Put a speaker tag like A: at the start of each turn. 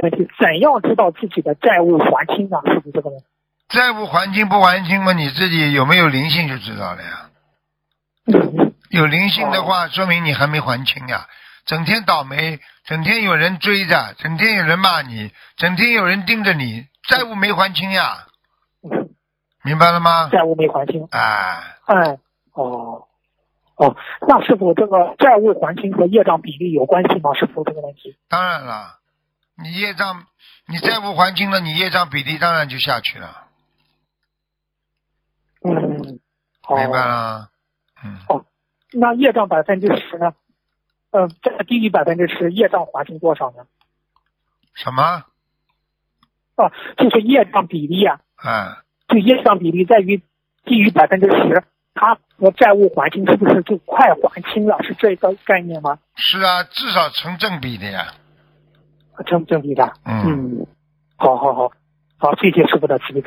A: 问题，怎样知道自己的债务还清呢？是不是这个问题？
B: 债务还清不还清嘛，你自己有没有灵性就知道了呀。
A: 嗯
B: 有灵性的话，说明你还没还清呀、整天倒霉，整天有人追着，整天有人骂你，整天有人盯着你，债务没还清呀、
A: 嗯，
B: 明白了吗？
A: 债务没还清，
B: 啊，
A: 哎，哦，哦，那师傅，这个债务还清和业障比例有关系吗？师傅，这个问题。
B: 当然了，你业障，你债务还清了，你业障比例当然就下去了，
A: 嗯，好。
B: 明白了？嗯，
A: 那业障百分之十呢？嗯、再低于百分之十，业障还清多少呢？
B: 什么？
A: 啊，就是业障比例啊，
B: 啊，
A: 就业障比例在于低于百分之十，它和债务还清是不是就快还清了？是这个概念吗？
B: 是啊，至少成正比的呀。
A: 正不正比的？
B: 嗯
A: 嗯，好好好，好，谢谢师傅的慈悲开示